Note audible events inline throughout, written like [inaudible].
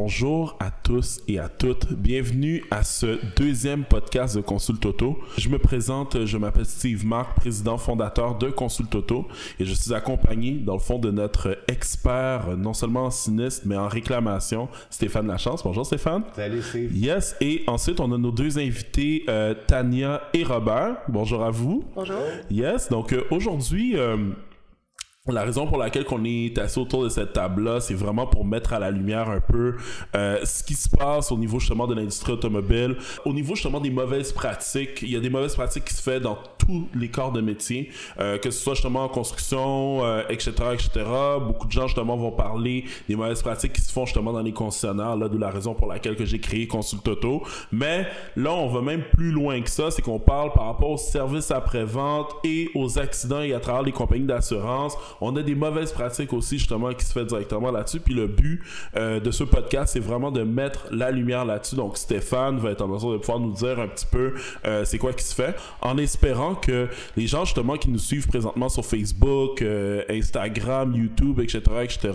Bonjour à tous et à toutes. Bienvenue à ce deuxième podcast de Consul Toto. Je me présente, je m'appelle Steve Marc, président fondateur de Consul Toto et je suis accompagné dans le fond de notre expert non seulement en sinistre mais en réclamation, Stéphane Lachance. Bonjour Stéphane. Salut Steve. Yes, et ensuite on a nos deux invités, euh, Tania et Robert. Bonjour à vous. Bonjour. Yes, donc euh, aujourd'hui, euh, la raison pour laquelle on est assis autour de cette table-là, c'est vraiment pour mettre à la lumière un peu euh, ce qui se passe au niveau justement de l'industrie automobile, au niveau justement des mauvaises pratiques. Il y a des mauvaises pratiques qui se font dans tous les corps de métier, euh, que ce soit justement en construction, euh, etc., etc. Beaucoup de gens justement vont parler des mauvaises pratiques qui se font justement dans les concessionnaires, là, d'où la raison pour laquelle que j'ai créé Consulte Auto. Mais là, on va même plus loin que ça, c'est qu'on parle par rapport aux services après-vente et aux accidents et à travers les compagnies d'assurance. On a des mauvaises pratiques aussi, justement, qui se fait directement là-dessus. Puis le but euh, de ce podcast, c'est vraiment de mettre la lumière là-dessus. Donc Stéphane va être en mesure de pouvoir nous dire un petit peu euh, c'est quoi qui se fait, en espérant que les gens, justement, qui nous suivent présentement sur Facebook, euh, Instagram, YouTube, etc., etc.,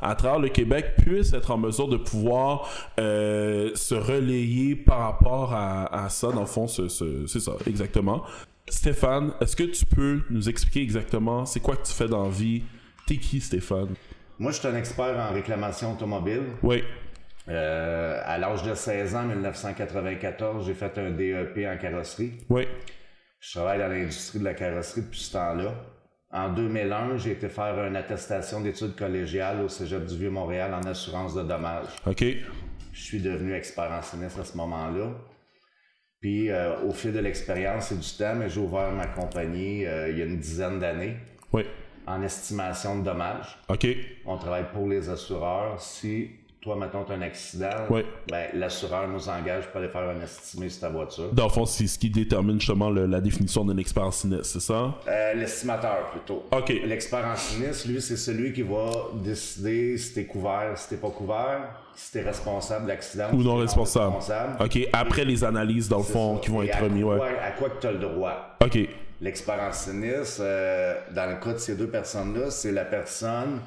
à travers le Québec, puissent être en mesure de pouvoir euh, se relayer par rapport à, à ça, dans le fond, ce- ce- c'est ça, exactement. Stéphane, est-ce que tu peux nous expliquer exactement c'est quoi que tu fais dans la vie? T'es qui, Stéphane? Moi, je suis un expert en réclamation automobile. Oui. Euh, à l'âge de 16 ans, 1994, j'ai fait un DEP en carrosserie. Oui. Je travaille dans l'industrie de la carrosserie depuis ce temps-là. En 2001, j'ai été faire une attestation d'études collégiales au Cégep du Vieux-Montréal en assurance de dommages. OK. je suis devenu expert en sinistre à ce moment-là. Puis euh, au fil de l'expérience et du temps, mais j'ai ouvert ma compagnie euh, il y a une dizaine d'années Oui. en estimation de dommages. OK. On travaille pour les assureurs. Si toi, mettons, tu un accident, Ouais. ben, l'assureur nous engage pour aller faire un estimé sur ta voiture. Dans le fond, c'est ce qui détermine justement le- la définition d'une expérience sinistre, c'est ça? Euh, L'estimateur plutôt. OK. L'expert en sinistre, lui, c'est celui qui va décider si t'es couvert, si t'es pas couvert, si t'es responsable d'accident Ou si t'es non responsable. responsable. OK. Après les analyses, dans le C'est fond, ça. qui vont Et être à remises, quoi- ouais. À quoi que tu as le droit? OK. L'expert en sinistre, euh, dans le cas de ces deux personnes-là, c'est la personne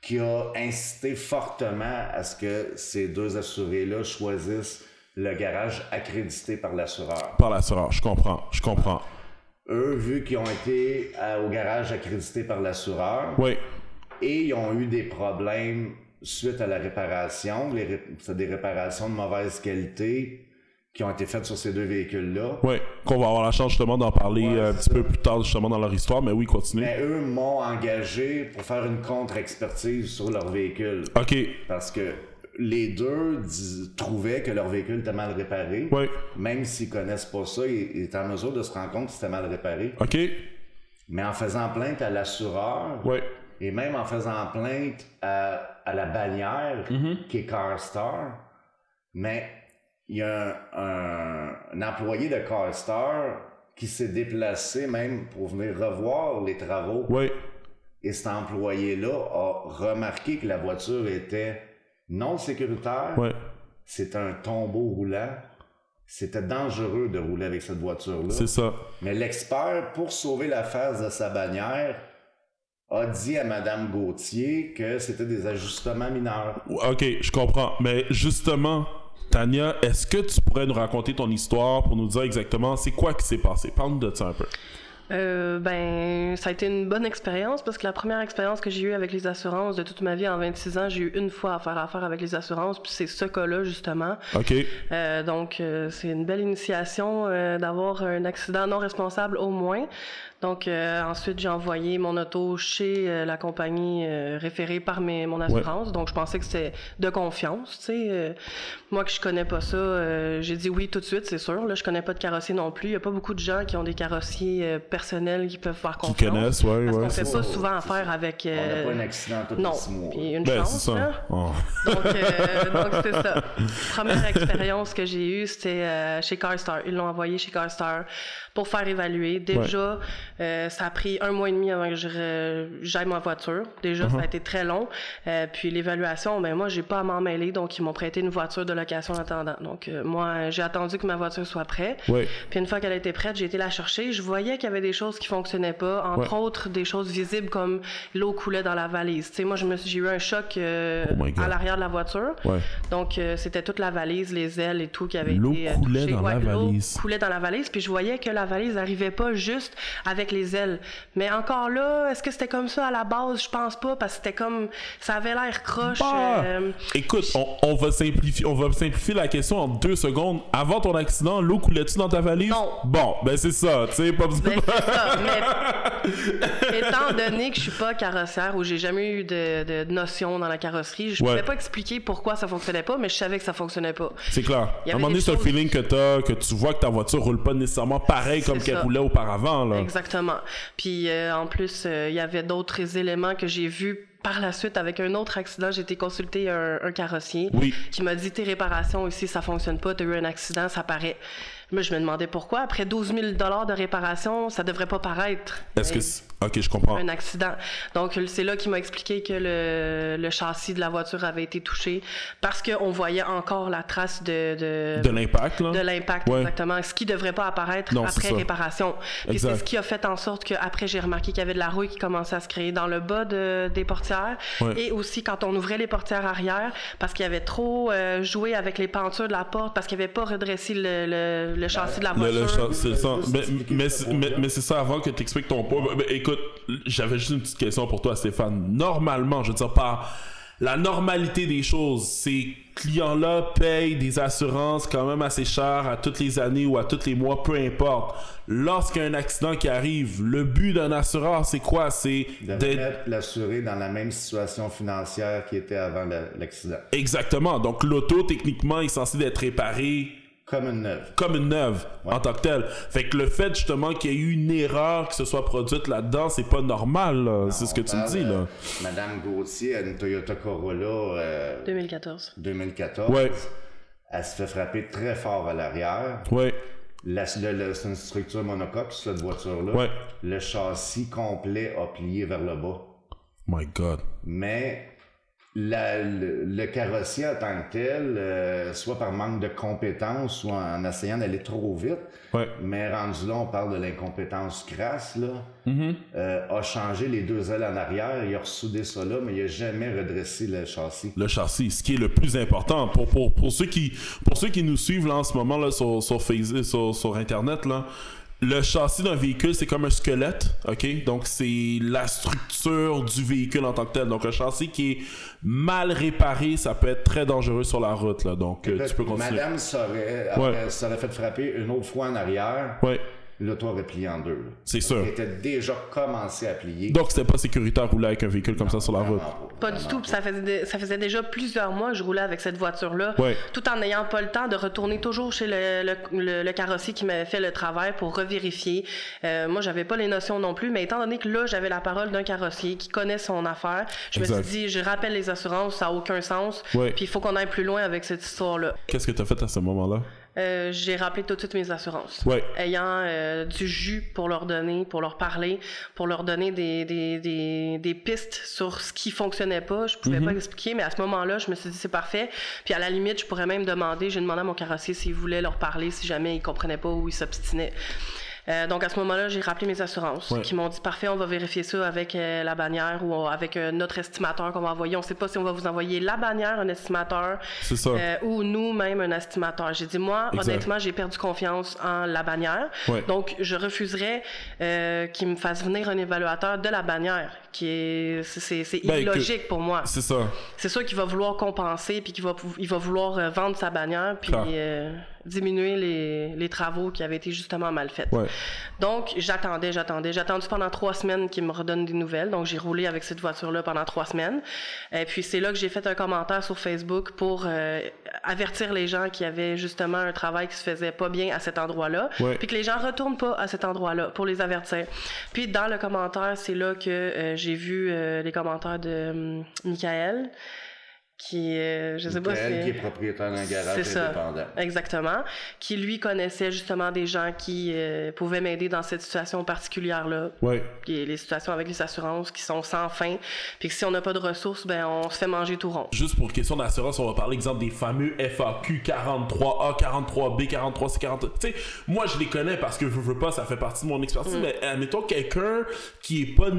qui a incité fortement à ce que ces deux assurés-là choisissent le garage accrédité par l'assureur. Par l'assureur. Je comprends. Je comprends. Eux, vu qu'ils ont été à- au garage accrédité par l'assureur Oui. et ils ont eu des problèmes suite à la réparation, les ré- c'est des réparations de mauvaise qualité qui ont été faites sur ces deux véhicules-là, Oui. Qu'on va avoir la chance justement d'en parler Ouais, euh, un c'est petit peu plus tard justement dans leur histoire, mais oui, continue. Mais eux m'ont engagé pour faire une contre-expertise sur leur véhicule. OK. Parce que les deux dis- trouvaient que leur véhicule était mal réparé. Oui. Même s'ils connaissent pas ça, ils ils étaient en mesure de se rendre compte que c'était mal réparé. OK. Mais en faisant plainte à l'assureur Oui. et même en faisant plainte à, à la bannière qui est CarStar, mais il y a un, un- un employé de CarStar qui s'est déplacé même pour venir revoir les travaux Oui. et cet employé-là a remarqué que la voiture était non sécuritaire. Oui. C'est un tombeau roulant. C'était dangereux de rouler avec cette voiture-là. C'est ça. Mais l'expert, pour sauver la face de sa bannière, a dit à Madame Gauthier que c'était des ajustements mineurs. Ok, je comprends. Mais justement, Tania, est-ce que tu pourrais nous raconter ton histoire pour nous dire exactement c'est quoi qui s'est passé? Parle-nous de ça un peu. Euh, ben, ça a été une bonne expérience parce que la première expérience que j'ai eue avec les assurances de toute ma vie en 26 ans, j'ai eu une fois à faire affaire avec les assurances, puis c'est ce cas-là justement. Ok, Euh, donc, euh, c'est une belle initiation euh, d'avoir un accident non responsable au moins. Donc, euh, ensuite, j'ai envoyé mon auto chez euh, la compagnie euh, référée par mes, mon assurance. Donc, je pensais que c'était de confiance. Tu sais, Euh, moi, que je connais pas ça, euh, j'ai dit oui tout de suite, c'est sûr. Là, je connais pas de carrossier non plus. Il y a pas beaucoup de gens qui ont des carrossiers euh, personnels qui peuvent faire qui confiance. connaissent, ouais, parce ouais. qu'on fait c'est- pas ça. souvent affaire C'est ça. avec. On n'a euh, pas un accident tous non, les six mois. Puis une Ben, c'est chance. ça. hein. Oh. Donc, euh, donc, c'est ça. Première expérience que j'ai eue, c'était euh, chez CarStar. Ils l'ont envoyé chez CarStar pour faire évaluer. Déjà, Euh, ça a pris un mois et demi avant que je re- j'aille ma voiture. Déjà, ça a été très long. Euh, puis l'évaluation, ben moi, j'ai pas à m'en mêler, donc ils m'ont prêté une voiture de location en attendant. Donc euh, moi, j'ai attendu que ma voiture soit prête. Ouais. Puis une fois qu'elle était prête, j'ai été la chercher. Je voyais qu'il y avait des choses qui fonctionnaient pas, entre Ouais. autres des choses visibles comme l'eau coulait dans la valise. Tu sais, moi, je me suis- j'ai eu un choc euh, Oh my God. à l'arrière de la voiture. Ouais. Donc, euh, c'était toute la valise, les ailes et tout qui avait L'eau été. euh, coulait touchée. dans la l'eau valise. coulait dans la valise, puis je voyais que la valise n'arrivait pas juste avec les ailes. Mais encore là, est-ce que c'était comme ça à la base? Je pense pas, parce que c'était comme. Ça avait l'air croche. Ah! euh, Écoute, on, on va simplifier, on va simplifier la question en deux secondes. Avant ton accident, l'eau coulait-tu dans ta valise? Non. Bon, ben c'est ça, tu sais, pas besoin. Ben, c'est ça, [laughs] mais étant donné que je suis pas carrossière ou j'ai jamais eu de, de notion dans la carrosserie, je Ouais. pouvais pas expliquer pourquoi ça fonctionnait pas, mais je savais que ça fonctionnait pas. C'est clair. Il y À un avait moment donné, des c'est un choses- feeling que t'as, que tu vois que ta voiture roule pas nécessairement pareil comme C'est qu'elle ça. roulait auparavant, là. Exactement. Puis euh, en plus, euh, il y avait d'autres éléments que j'ai vus par la suite avec un autre accident. J'ai été consulter un, un carrossier Oui. qui m'a dit tes réparations ici, ça fonctionne pas, t'as eu un accident, ça paraît. Moi, je me demandais pourquoi. Après 12 000 de réparation, ça devrait pas paraître. Est-ce que. Mais- c'est- Ok, je comprends. un accident. Donc, c'est là qu'il m'a expliqué que le, le châssis de la voiture avait été touché parce qu'on voyait encore la trace de, de, De l'impact, là. de l'impact, Ouais. exactement, ce qui devrait pas apparaître Non, c'est après ça. réparation. Puis Exact. c'est ce qui a fait en sorte qu'après, j'ai remarqué qu'il y avait de la rouille qui commençait à se créer dans le bas de- des portières Ouais. et aussi quand on ouvrait les portières arrière parce qu'il y avait trop euh, joué avec les pentures de la porte parce qu'il n'y avait pas redressé le, le- le châssis de la Ben, Le- le voiture. chan- c'est le sens. euh, Juste Mais, expliquer mais, ça c'est- pour mais- bien. mais c'est ça, avant que tu expliques ton point. ben, ben, écoute, j'avais juste une petite question pour toi, Stéphane. Normalement, je veux dire, par la normalité des choses, ces clients-là payent des assurances quand même assez chères à toutes les années ou à tous les mois, peu importe. Lorsqu'il y a un accident qui arrive, le but d'un assureur, c'est quoi C'est De d'être mettre l'assuré dans la même situation financière qui était avant le- l'accident. Exactement. Donc, l'auto, techniquement, est censé d'être réparé Comme une neuve. comme une neuve Ouais. en tant que telle. Fait que le fait, justement, qu'il y ait eu une erreur qui se soit produite là-dedans, c'est pas normal. là. C'est ce que On tu me parle, dis, euh, là. Madame Gauthier a une Toyota Corolla euh, 2014. 2014. Ouais. Elle se fait frapper très fort à l'arrière. Ouais. La- le- le- c'est une structure monocoque, cette voiture-là. Ouais. Le châssis complet a plié vers le bas. My God. Mais la- le, le carrossier en tant que tel, euh, soit par manque de compétences, soit en essayant d'aller trop vite, Ouais. mais rendu là, on parle de l'incompétence crasse, là, Mm-hmm. euh, a changé les deux ailes en arrière, il a ressoudé ça là, mais il n'a jamais redressé le châssis. le châssis, ce qui est le plus important. Pour, pour, pour, ceux, qui, pour ceux qui nous suivent là, en ce moment là, sur, sur, Face- sur, sur Internet, là, le châssis d'un véhicule, c'est comme un squelette, ok? Donc, c'est la structure du véhicule en tant que tel. Donc, un châssis qui est mal réparé, ça peut être très dangereux sur la route, là. Donc, euh, tu peux continuer. Madame s'aurait Ouais. s'aurait fait frapper une autre fois en arrière, Ouais, l'auto aurait plié en deux. là. c'est sûr. Elle était déjà commencé à plier. Donc, c'était pas sécuritaire rouler avec un véhicule comme ça sur la route. Vraiment Pas du tout. Puis ça faisait, ça faisait déjà plusieurs mois que je roulais avec cette voiture-là, Ouais. tout en n'ayant pas le temps de retourner toujours chez le, le- le- le carrossier qui m'avait fait le travail pour revérifier. Euh, moi, j'avais pas les notions non plus, mais étant donné que là, j'avais la parole d'un carrossier qui connaît son affaire, je Exact. me suis dit, je rappelle les assurances, ça a aucun sens. Ouais. Puis il faut qu'on aille plus loin avec cette histoire-là. Qu'est-ce que t'as fait à ce moment-là? Euh, J'ai rappelé tout de suite mes assurances Ouais. ayant euh, du jus pour leur donner, pour leur parler, pour leur donner des, des, des, des pistes sur ce qui fonctionnait pas. Je pouvais pas Mhm. expliquer, mais à ce moment-là, je me suis dit c'est parfait. Puis à la limite, je pourrais même demander, j'ai demandé à mon carrossier s'il voulait leur parler, si jamais ils comprenaient pas ou ils s'obstinaient. Euh, donc à ce moment-là, j'ai rappelé mes assurances Ouais. qui m'ont dit parfait, on va vérifier ça avec euh, la bannière ou euh, avec euh, notre estimateur qu'on va envoyer. On sait pas si on va vous envoyer la bannière, un estimateur, C'est ça. euh, ou nous-mêmes un estimateur. J'ai dit, moi, Exact. honnêtement, j'ai perdu confiance en la bannière. Ouais. Donc, je refuserais euh, qu'il me fasse venir un évaluateur de la bannière, qui est, c'est- c'est, c'est Ben, illogique pour moi. C'est ça. C'est sûr qu'il va vouloir compenser, puis qu'il va, pou- il va vouloir euh, vendre sa bannière, puis Clair. euh, diminuer les, les travaux qui avaient été justement mal faits. Ouais. Donc, j'attendais, j'attendais. J'ai attendu pendant trois semaines qu'ils me redonnent des nouvelles. Donc, j'ai roulé avec cette voiture-là pendant trois semaines. Et puis, c'est là que j'ai fait un commentaire sur Facebook pour euh, avertir les gens qu'il y avait justement un travail qui se faisait pas bien à cet endroit-là. Ouais. Puis que les gens retournent pas à cet endroit-là pour les avertir. Puis, dans le commentaire, c'est là que euh, j'ai vu euh, les commentaires de hum, Michael. qui est, je sais pas Michael, si- qui est propriétaire d'un garage C'est ça. indépendant. Exactement. Qui, lui, connaissait justement des gens qui euh, pouvaient m'aider dans cette situation particulière-là. Ouais. Et les situations avec les assurances qui sont sans fin. Puis que si on n'a pas de ressources, ben on se fait manger tout rond. Juste pour question d'assurance, on va parler exemple des fameux FAQ 43A, 43B, 43C, 40. Tu sais, moi je les connais parce que je veux pas, ça fait partie de mon expertise, mais euh, admettons quelqu'un qui est pas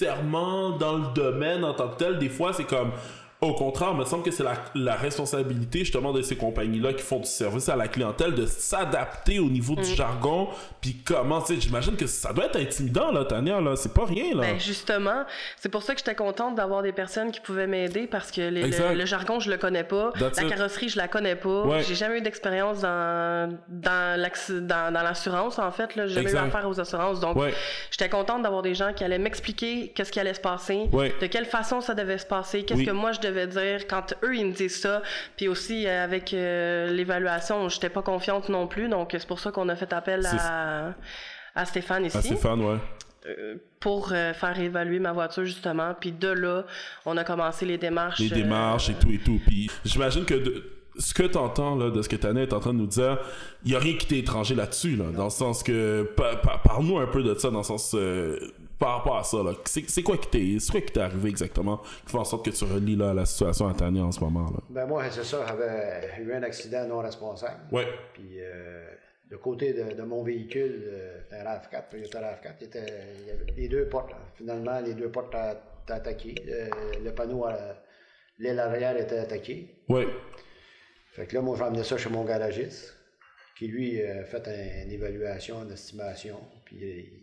nécessairement dans le domaine en tant que tel, des fois c'est comme. Au contraire, il me semble que c'est la, la responsabilité justement de ces compagnies-là qui font du service à la clientèle de s'adapter au niveau du jargon, puis comment, tu sais, j'imagine que ça doit être intimidant, là, Tania, là, c'est pas rien, là. Ben justement, c'est pour ça que j'étais contente d'avoir des personnes qui pouvaient m'aider parce que les- Exact. le, le jargon, je le connais pas. That's la it. carrosserie, je la connais pas. Ouais. J'ai jamais eu d'expérience dans, dans l'acc- dans- dans l'assurance, en fait. là. J'ai jamais Exact. eu affaire aux assurances. Donc, Ouais. j'étais contente d'avoir des gens qui allaient m'expliquer qu'est-ce qui allait se passer, Ouais. de quelle façon ça devait se passer, qu'est-ce Oui. que moi je devais dire quand eux, ils me disent ça. Puis aussi, euh, avec euh, l'évaluation, j'étais pas confiante non plus. Donc, c'est pour ça qu'on a fait appel C'est- à, à Stéphane ici Ah, c'est fan, ouais. pour euh, faire évaluer ma voiture justement. Puis de là, on a commencé les démarches. les euh, démarches et tout et tout. Puis j'imagine que de- ce que tu entends là, de ce que Tania est en train de nous dire, il n'y a rien qui t'est étranger là-dessus, là, dans le sens que. pa- pa- Parle-nous un peu de ça, dans le sens. euh, par rapport à ça, là. C'est c'est quoi qui t'est c'est quoi qui t'est arrivé exactement qui fait en sorte que tu relis là, la situation à Tania en ce moment? Là. Ben moi, c'est ça, j'avais eu un accident non responsable. Ouais. Puis euh, le côté de, de mon véhicule, euh, c'était un RAV4, Toyota RAV4, il était- il y avait les deux portes, hein. finalement, les deux portes a- étaient attaquées. Euh, le panneau, à- l'aile arrière était attaqué. Ouais. Fait que là, moi, j'ai emmené ça chez mon garagiste, qui lui a fait un- une évaluation, une estimation. Puis euh, il,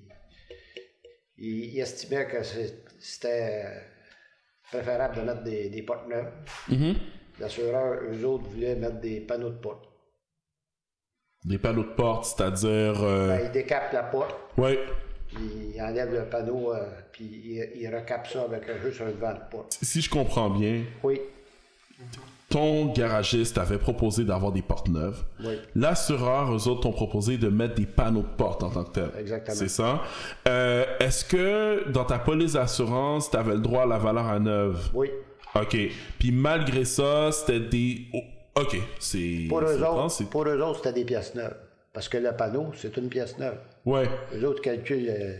il- il estimait que c'est- c'était euh, préférable de mettre des, des portes neuves. Mhm. L'assureur, eux autres, voulaient mettre des panneaux de porte. Des panneaux de porte, c'est-à-dire. euh, Ben, ils décapent la porte, Ouais. puis ils enlèvent le panneau, euh, puis ils, ils recapent ça avec un juste un vent de porte. Si je comprends bien, Oui, ton garagiste avait proposé d'avoir des portes neuves. oui. L'assureur, eux autres, t'ont proposé de mettre des panneaux de porte en tant que tel. Exactement. C'est ça. Euh, Est-ce que dans ta police d'assurance, tu avais le droit à la valeur à neuve? Oui. OK. Puis malgré ça, c'était des... oh, OK. C'est... Pour c'est eux, trans, autres, c'est- pour eux autres, c'était des pièces neuves. Parce que le panneau, c'est une pièce neuve. Ouais. Eux autres calculent. euh,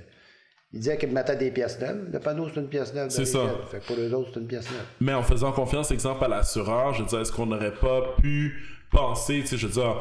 ils disaient qu'ils mettaient des pièces neuves. Le panneau, c'est une pièce neuve. dans C'est les ça. ailes. Fait que pour eux autres, c'est une pièce neuve. Mais en faisant confiance, exemple, à l'assureur, je veux dire, est-ce qu'on n'aurait pas pu penser, tu sais, je veux dire,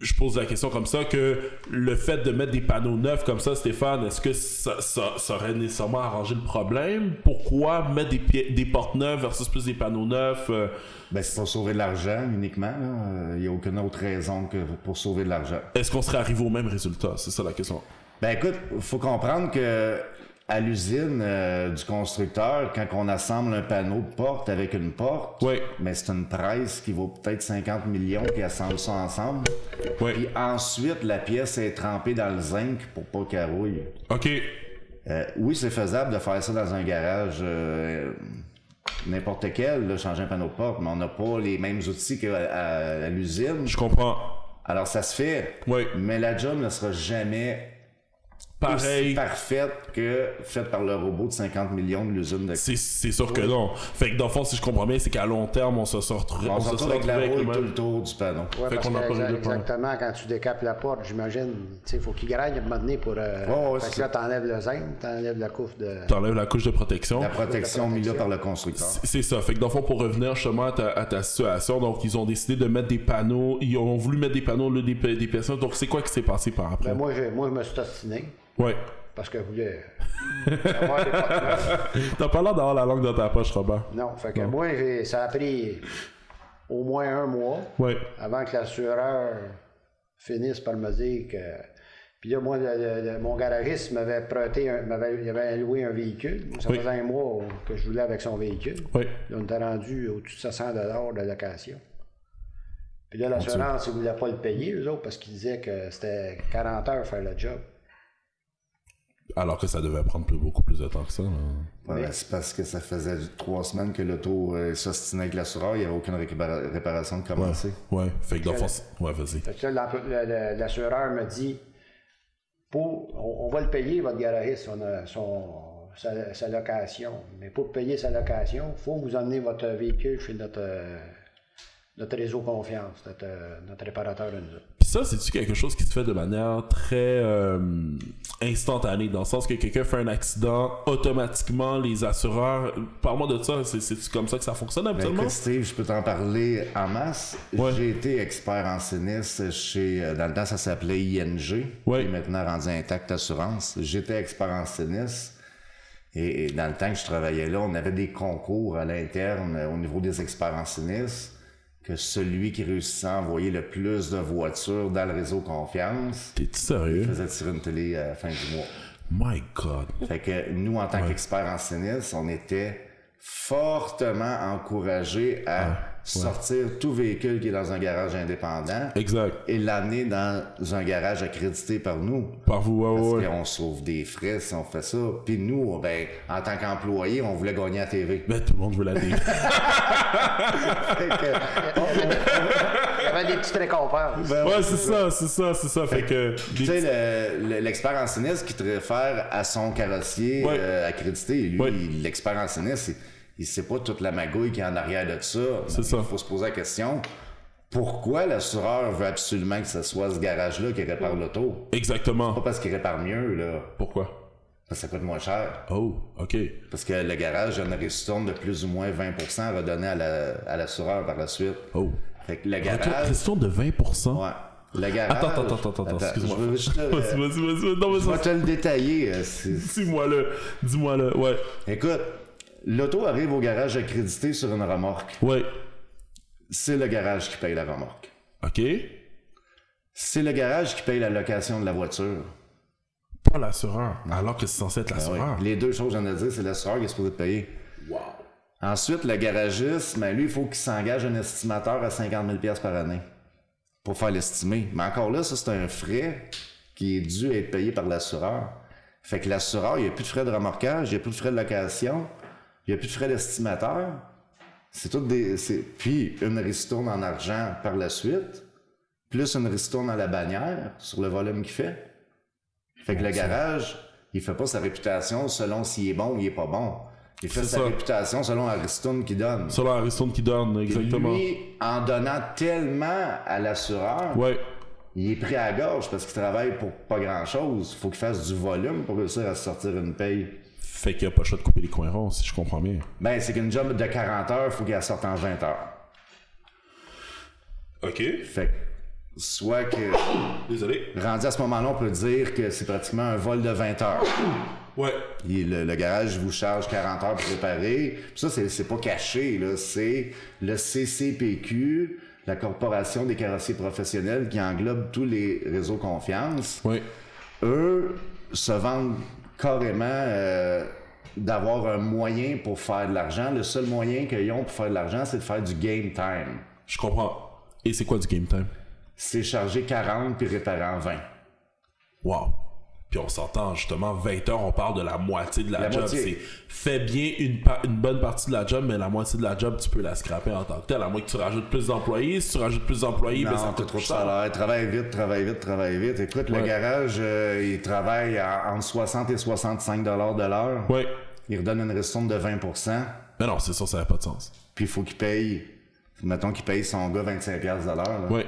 je pose la question comme ça, que le fait de mettre des panneaux neufs comme ça, Stéphane, est-ce que ça, ça- ça aurait nécessairement arrangé le problème? Pourquoi mettre des, pi- des portes neuves versus plus des panneaux neufs? euh, Ben, c'est pour sauver de l'argent uniquement. là. Il n'y a aucune autre raison que pour sauver de l'argent. est-ce qu'on serait arrivé au même résultat? C'est ça la question. Ben écoute, faut comprendre que à l'usine euh, du constructeur, quand on assemble un panneau de porte avec une porte, Oui. mais c'est une presse qui vaut peut-être 50 millions qui assemble ça ensemble. Oui. Puis ensuite, la pièce est trempée dans le zinc pour pas qu'elle rouille. OK. Euh, oui, c'est faisable de faire ça dans un garage euh, n'importe quel, là, changer un panneau de porte, mais on n'a pas les mêmes outils qu'à à- à l'usine. Je comprends. Alors ça se fait, Oui. mais la job ne sera jamais aussi Pareil. parfaite que faite par le robot de 50 millions de l'usine de C'est, c'est sûr que non. Fait que dans le fond, si je comprends bien, c'est qu'à long terme, on se sort tr- On se retrouve avec la retrouvé rouille le tout même- le tour du panneau. Ouais, Fait parce qu'on que n'a pas exa- réglé le problème. Exactement, quand tu décapes la porte, j'imagine, il faut qu'il graille à un moment donné pour. Euh, Ouais, ouais, fait c'est que là, t'enlèves le zinc, t'enlèves la couche de. T'enlèves la couche de protection. La protection mise là par le constructeur. C'est- C'est ça. Fait que dans le fond, pour revenir justement à ta, à ta situation, donc ils ont décidé de mettre des panneaux, ils ont voulu mettre des panneaux là, des, pe- des personnes. Donc c'est quoi qui s'est passé par après? Ben, moi, je, moi, je me suis ostiné Ouais. parce que je voulais avoir des portes neuves. T'as pas l'air d'avoir la langue dans ta poche, Robert. Non, fait que moi, j'ai- ça a pris au moins un mois Ouais. avant que l'assureur finisse par me dire que. Puis là, moi, le- le- le- mon garagiste m'avait prêté, un- m'avait, il avait loué un véhicule. Ça Oui. faisait un mois que je voulais avec son véhicule. Ouais. Là, on était rendu au-dessus de 700 de location. Puis là, l'assurance, ils ne voulaient pas le payer, eux autres, parce qu'ils disaient que c'était 40 heures faire le job. Alors que ça devait prendre plus- beaucoup plus de temps que ça. là. Ouais, ben, c'est parce que ça faisait trois semaines que l'auto euh, s'ostinait avec l'assureur, il n'y avait aucune récupéra- réparation de commencer. Ouais. Fait que dans le fond, c'est- ouais, vas-y. Fait que là, l'emploi- le- le- l'assureur me dit pour, on, on va le payer, votre garagiste, on a son, sa, sa location. Mais pour payer sa location, il faut que vous emmenez votre véhicule chez notre, euh, notre réseau confiance, notre, euh, notre réparateur de nous autres. Puis ça, c'est-tu quelque chose qui se fait de manière très euh, instantanée, dans le sens que quelqu'un fait un accident, automatiquement, les assureurs... Parle-moi de ça, c'est- c'est-tu comme ça que ça Ben, fonctionne Mais habituellement? Ben, écoute, Steve, je peux t'en parler en masse. Ouais. J'ai été expert en sinistre chez. euh, Dans le temps, ça s'appelait ING. Ouais. Qui est maintenant rendu intact assurance. J'étais expert en sinistre. Et, et dans le temps que je travaillais là, on avait des concours à l'interne euh, au niveau des experts en sinistre. Que celui qui réussissait à envoyer le plus de voitures dans le réseau confiance T'es-tu sérieux? faisait tirer une télé à la fin du mois. My God. Fait que nous, en tant qu'experts en sinistre, on était fortement encouragés à sortir tout véhicule qui est dans un garage indépendant Exact. et l'amener dans un garage accrédité par nous. Par vous, ouais, Parce ouais, ouais. qu'on sauve des frais si on fait ça. Puis nous, ben, en tant qu'employés, on voulait gagner à TV. Ben, tout le monde veut la dé- [laughs] Fait que, Il y avait des petites récompenses. [laughs] Ouais, c'est ça, c'est ça, c'est ça. Fait que... tu sais, le- le- l'expert en sinistre qui te réfère à son carrossier Ouais. euh, accrédité, lui, Ouais. il- l'expert en sinistre, il- il sait pas toute la magouille qui est en arrière de ça. C'est ça. Il faut se poser la question pourquoi l'assureur veut absolument que ce soit ce garage-là qui répare l'auto Pas Exactement. parce qu'il répare mieux, là. Pourquoi? Parce que ça coûte moins cher. Oh, OK. Parce que le garage, il y en a ristourne de plus ou moins 20 redonné à la- à l'assureur par la suite. Oh. Fait que le Retour, garage. question de 20%. Ouais. Le garage. Attends, attends, attends, attends, attends, excuse-moi. je veux juste, euh, [laughs] Vas-y, vas-y, vas-y. Non, mais Je vais ça, te le détailler. euh, c'est- dis-moi le. Dis-moi le. Ouais. Écoute, l'auto arrive au garage accrédité sur une remorque. Ouais. C'est le garage qui paye la remorque. OK. C'est le garage qui paye la location de la voiture. Pas l'assureur. Alors que c'est censé être Ah oui. l'assureur. Les deux choses, j'en ai dit, c'est l'assureur qui est supposé te payer. Wow. Ensuite, le garagiste, ben, lui, il faut qu'il s'engage un estimateur à 50 000 par année pour faire l'estimer. Mais encore là, ça, c'est un frais qui est dû à être payé par l'assureur. Fait que l'assureur, il n'y a plus de frais de remorquage, il n'y a plus de frais de location, il n'y a plus de frais d'estimateur. C'est tout des. c'est- Puis une ristourne en argent par la suite, plus une ristourne à la bannière sur le volume qu'il fait. Fait que le garage, il fait pas sa réputation selon s'il est bon ou il est pas bon. Il fait C'est sa ça. réputation selon la ristourne qu'il donne. Sur la ristourne qui donne, Puis exactement. Lui, en donnant tellement à l'assureur, Ouais. il est pris à la gorge parce qu'il travaille pour pas grand-chose. faut qu'il fasse du volume pour réussir à se sortir une paye. Fait qu'il n'y a pas le choix de couper les coins ronds, si je comprends bien. Ben, c'est qu'une job de 40 heures, faut qu'elle sorte en 20 heures. OK. Fait que, soit que, Désolé. rendu à ce moment-là, on peut dire que c'est pratiquement un vol de 20 heures. Ouais. Il- le, le garage vous charge 40 heures pour réparer. Puis ça, c'est, c'est pas caché, là. C'est le CCPQ, la Corporation des carrossiers professionnels, qui englobe tous les réseaux confiance. Ouais. Eux se vendent carrément euh, d'avoir un moyen pour faire de l'argent. Le seul moyen qu'ils ont pour faire de l'argent, c'est de faire du game time. Je comprends. Et c'est quoi du game time? C'est charger 40 puis réparer en 20. Wow. Puis on s'entend, justement, 20 heures, on parle de la moitié de la, La job. moitié. C'est fais bien une, pa- une bonne partie de la job, mais la moitié de la job, tu peux la scraper en tant que telle, à moins que tu rajoutes plus d'employés. Si tu rajoutes plus d'employés, ben ça Non, t'as coûte trop de plus cher. salaire. Travaille vite, travaille vite, travaille vite. Écoute, le Ouais. garage, euh, il travaille à- entre 60 et 65 dollars de l'heure. Ouais. Il redonne une ristourne de 20 Mais non, c'est sûr, ça n'a pas de sens. Puis il faut qu'il paye, mettons qu'il paye son gars 25 piastres de l'heure. là. Ouais.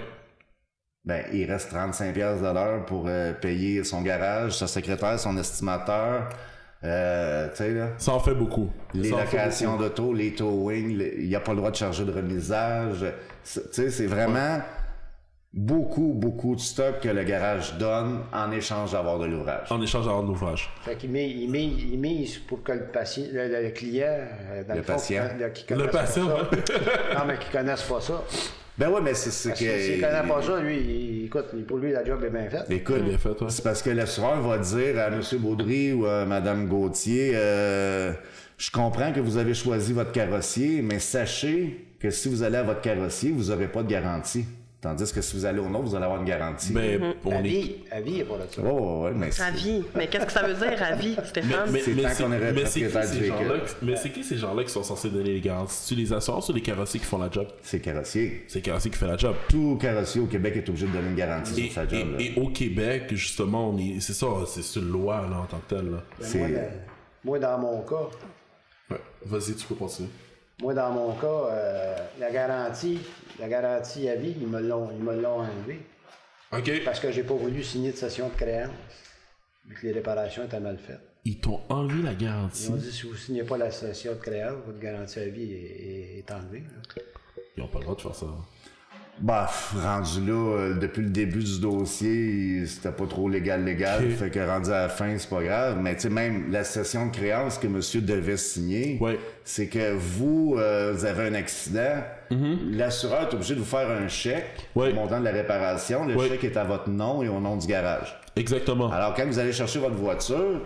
Ben, il reste 35 piastres de l'heure pour euh, payer son garage, sa secrétaire, son estimateur. euh, tu sais, là, Ça en fait beaucoup. les Ça en fait locations d'auto, les towing, le- il n'y a pas le droit de charger de remisage. C'est- Tu sais, c'est vraiment beaucoup, beaucoup de stock que le garage donne en échange d'avoir de l'ouvrage. beaucoup. En échange d'avoir de l'ouvrage. Fait qu'il met, il met- il mise pour que le, patient, le, le- le client, euh, dans Le le, fond, patient. qui- qui Le connaisse pas patient, ça. ouais. non, mais qui connaisse pas ça. Ben ouais, mais c'est c'est Parce que que. s'il connaît Ah, pas ça, lui, il- écoute, pour lui, la job est bien faite. Écoute, Bien fait, ouais. c'est parce que l'assureur va dire à M. Baudry ou à Mme Gauthier euh, Je comprends que vous avez choisi votre carrossier, mais sachez que si vous allez à votre carrossier, vous n'aurez pas de garantie. Tandis que si vous allez au nôtre, vous allez avoir une garantie. Mais La on est. vie, la vie est pas là de ça. Ouais, ouais, ouais, mais À c'est- vie. Mais qu'est-ce que ça veut dire, à vie, Stéphane? Mais, Ah. C'est mais tant c'est qu'on aurait mais c'est qui propriétaire du ces gens-là véhicule. qui- mais c'est qui ces gens-là qui sont censés donner les garanties? C'est-tu les assurances ou les carrossiers qui font la job? c'est carrossier. C'est les carrossiers qui font la job. Tout carrossier au Québec est obligé de donner une garantie Et, sur sa job. là. et- et au Québec, justement, on est- c'est ça, c'est c'est une loi là, en tant que telle. là. Mais C'est- moi, le- Moi, dans mon cas, Ouais. Vas-y, tu peux continuer. moi, dans mon cas, euh, la garantie, la garantie à vie, ils me l'ont, ils me l'ont enlevée. Ok. Parce que j'ai pas voulu signer de session de créance, vu que les réparations étaient mal faites. Ils t'ont enlevé la Ils garantie. ont dit si vous signez pas la session de créance, votre garantie à vie est, est- est enlevée. là. Ils ont pas le droit de faire ça. Bah, pff, rendu là, euh, depuis le début du dossier, c'était pas trop légal, légal. Ok. Fait que rendu à la fin, c'est pas grave. Mais tu sais, même la session de créance que monsieur devait signer, Ouais. c'est que vous, euh, vous avez un accident, l'assureur est obligé de vous faire un chèque Mm-hmm. Ouais. montant de la réparation. Le Ouais. chèque est à votre nom et au nom du garage. Exactement. Alors, quand vous allez chercher votre voiture,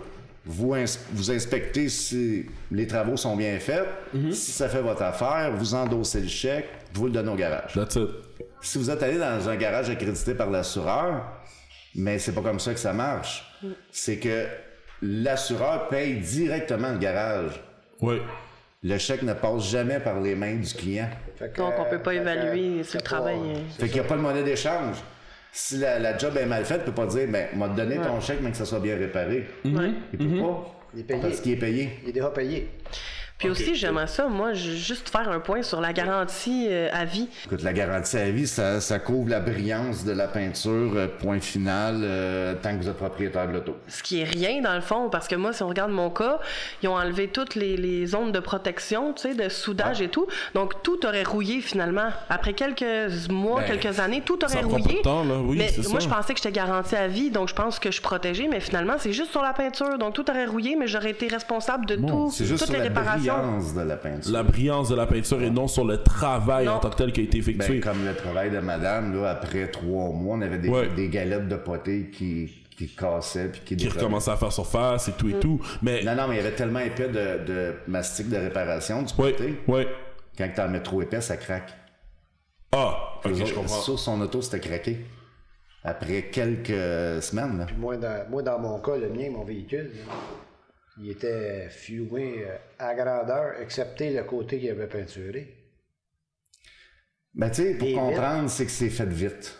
vous, ins- vous inspectez si les travaux sont bien faits. Mhm. Si ça fait votre affaire, vous endossez le chèque, vous le donnez au garage. That's it. Si vous êtes allé dans un garage accrédité par l'assureur, mais c'est pas comme ça que ça marche. Mhm. C'est que l'assureur paye directement le garage. Ouais. Le chèque ne passe jamais par les mains du client. Fait que, euh, Donc, on peut pas fait que, évaluer si le c'est travail pas- est- Fait qu'il n'y a pas de monnaie d'échange. Si la, la job est mal faite, il peut pas dire, ben, m'a donné ton chèque, mais que ça soit bien réparé. Ouais. Il peut pas. Mhm. Il est payé. Parce qu'il est payé. Il est déjà payé. Puis aussi, j'aimerais ça, moi, ju- juste faire un point sur la garantie euh, à vie. Écoute, la garantie à vie, ça, ça couvre la brillance de la peinture, euh, point final, euh, tant que vous êtes propriétaire de l'auto. Ce qui est rien, dans le fond, parce que moi, si on regarde mon cas, ils ont enlevé toutes les, les zones de protection, tu sais, de soudage et tout. Donc, tout aurait rouillé, finalement. Après quelques mois, Ben, quelques années, tout aurait ça prend rouillé. pas de temps, là. Oui, mais c'est moi, ça. je pensais que j'étais garantie à vie, donc je pense que je suis protégée, mais finalement, c'est juste sur la peinture. Donc, tout aurait rouillé, mais j'aurais été responsable de Bon, tout, C'est juste toutes sur les la réparations. brillance de la peinture. La brillance de la peinture et non sur le travail Non. en tant que tel qui a été Ben, effectué. comme le travail de madame, là, après trois mois, on avait des, Ouais. des galettes de potées qui, qui cassaient puis qui, qui décollaient. recommençait à faire surface et tout et tout. Mais, Non, non, mais il y avait tellement épais de, de mastic de réparation du ouais, poté. ouais. Quand t'en mets trop épais, ça craque. Ah, ok, Eux je autres, comprends. Sur son auto, c'était craqué. Après quelques euh, semaines, là. Puis moi, dans, moi, dans mon cas, le mien, mon véhicule, là, il était fumé euh, à grandeur, excepté le côté qu'il avait peinturé. Ben, tu sais, pour Et comprendre, c'est que c'est fait vite.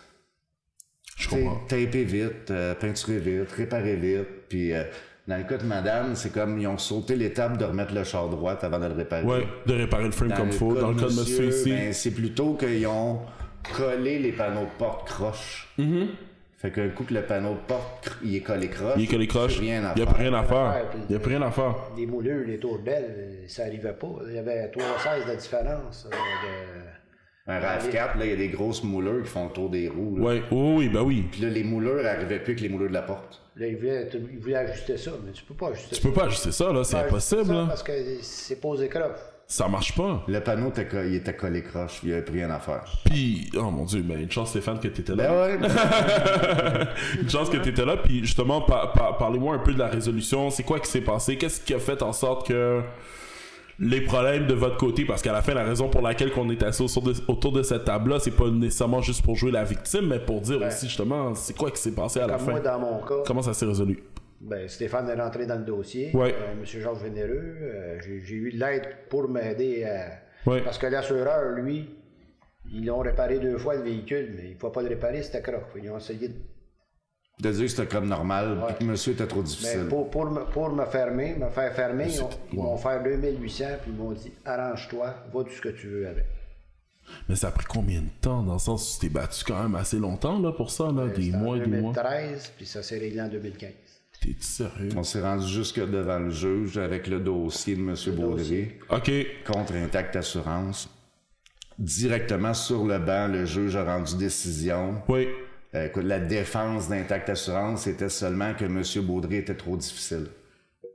Je Tu sais, comprends. Taper vite, euh, peinturer vite, réparer vite. Puis, euh, dans le cas de madame, c'est comme ils ont sauté l'étape de remettre le char droit avant de le réparer. Ouais, de réparer le frame Dans comme le il faut. cas Dans le cas de monsieur ici. ben, c'est plutôt qu'ils ont collé les panneaux de porte croche. Fait qu'un coup que le panneau de porte, cr- il est collé croche. Mm-hmm. il y a que les croches. Il Rien à n'y a faire. plus rien à faire. puis- Il n'y a plus rien à faire. Les moulures, les tourbelles, ça n'arrivait pas. Il y avait 3,16 de différence. euh, de- Un RAV4, là, il y a des grosses moulures qui font le tour des roues. là. Ouais, oh, oui, ben oui. Puis là, les moulures n'arrivaient plus que les moulures de la porte. Là, ils voulaient, ils voulaient ajuster ça, mais tu peux pas ajuster Tu ça. peux pas ajuster ça, là. C'est Tu peux pas ajuster impossible, ça là. Parce que c'est posé croche. Ça marche pas. Le panneau, était co- il était collé croche, il n'y avait plus rien à faire. Puis, oh mon dieu, ben une chance, Stéphane, que t'étais là. Ben ouais, [laughs] ben- Une chance que t'étais là. Puis, justement, par- par- parlez-moi un peu de la résolution. C'est quoi qui s'est passé? Qu'est-ce qui a fait en sorte que les problèmes de votre côté, parce qu'à la fin, la raison pour laquelle on est assis autour de, autour de cette table-là, c'est pas nécessairement juste pour jouer la victime, mais pour dire aussi, justement, c'est quoi qui s'est passé à la Comme fin? moi, dans mon cas, Comment ça s'est résolu? ben, Stéphane est rentré dans le dossier. Ouais. Euh, Monsieur Georges Vénéreux, euh, j'ai j'ai eu de l'aide pour m'aider à. Ouais. Parce que l'assureur, lui, ils l'ont réparé deux fois le véhicule, mais il ne faut pas le réparer, c'était croche. Ils ont essayé de de dire que c'était comme normal, puis Ouais. que monsieur était trop Mais difficile. pour, pour, me, pour me fermer, me faire fermer, ils, ont- ils wow. m'ont fait 2800 puis ils m'ont dit arrange-toi, va tout ce que tu veux avec. Mais ça a pris combien de temps, dans le sens où tu t'es battu quand même assez longtemps, là, pour ça, là? Des C'était mois, en des mois. 2013, puis ça s'est réglé en 2015. T'es sérieux? On s'est rendu jusque devant le juge avec le dossier de monsieur Baudrier Ok. contre Intact Assurance. Directement sur le banc, le juge a rendu décision. Oui. Euh, écoute, la défense d'Intact Assurance était seulement que monsieur Baudrier était trop difficile,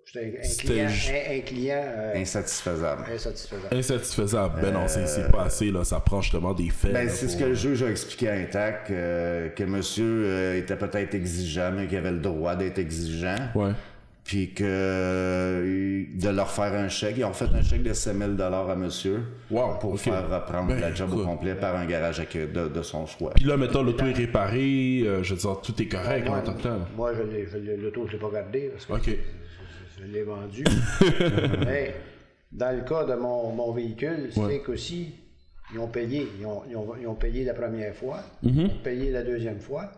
J'étais un- un, C'était client, ju- un, un client euh, insatisfaisable. insatisfaisant. Insatisfaisable. Ben non, c'est c'est pas assez, là. Ça prend justement des faits. Ben, là, c'est ce pour- que le juge a expliqué à Intact, euh, que monsieur euh, était peut-être exigeant, mais qu'il avait le droit d'être exigeant. Ouais. Puis que euh, de leur faire un chèque. Ils ont fait un chèque de 5000 dollars à monsieur Wow, pour ok. faire euh, reprendre Ben, la job au écoute. complet par un garage accu- de, de son choix. Puis là, mettons, l'auto est réparée, euh, je veux dire, tout est correct en tant que tel. Moi, je l'ai- je l'ai- l'auto, je ne l'ai pas gardé parce que Ok. je, je l'ai [laughs] vendu. Mais dans le cas de mon, mon véhicule, Ouais. c'est qu'aussi, ils ont payé. Ils ont, ils ont- ils ont payé la première fois, ils Mm-hmm. ont payé la deuxième fois.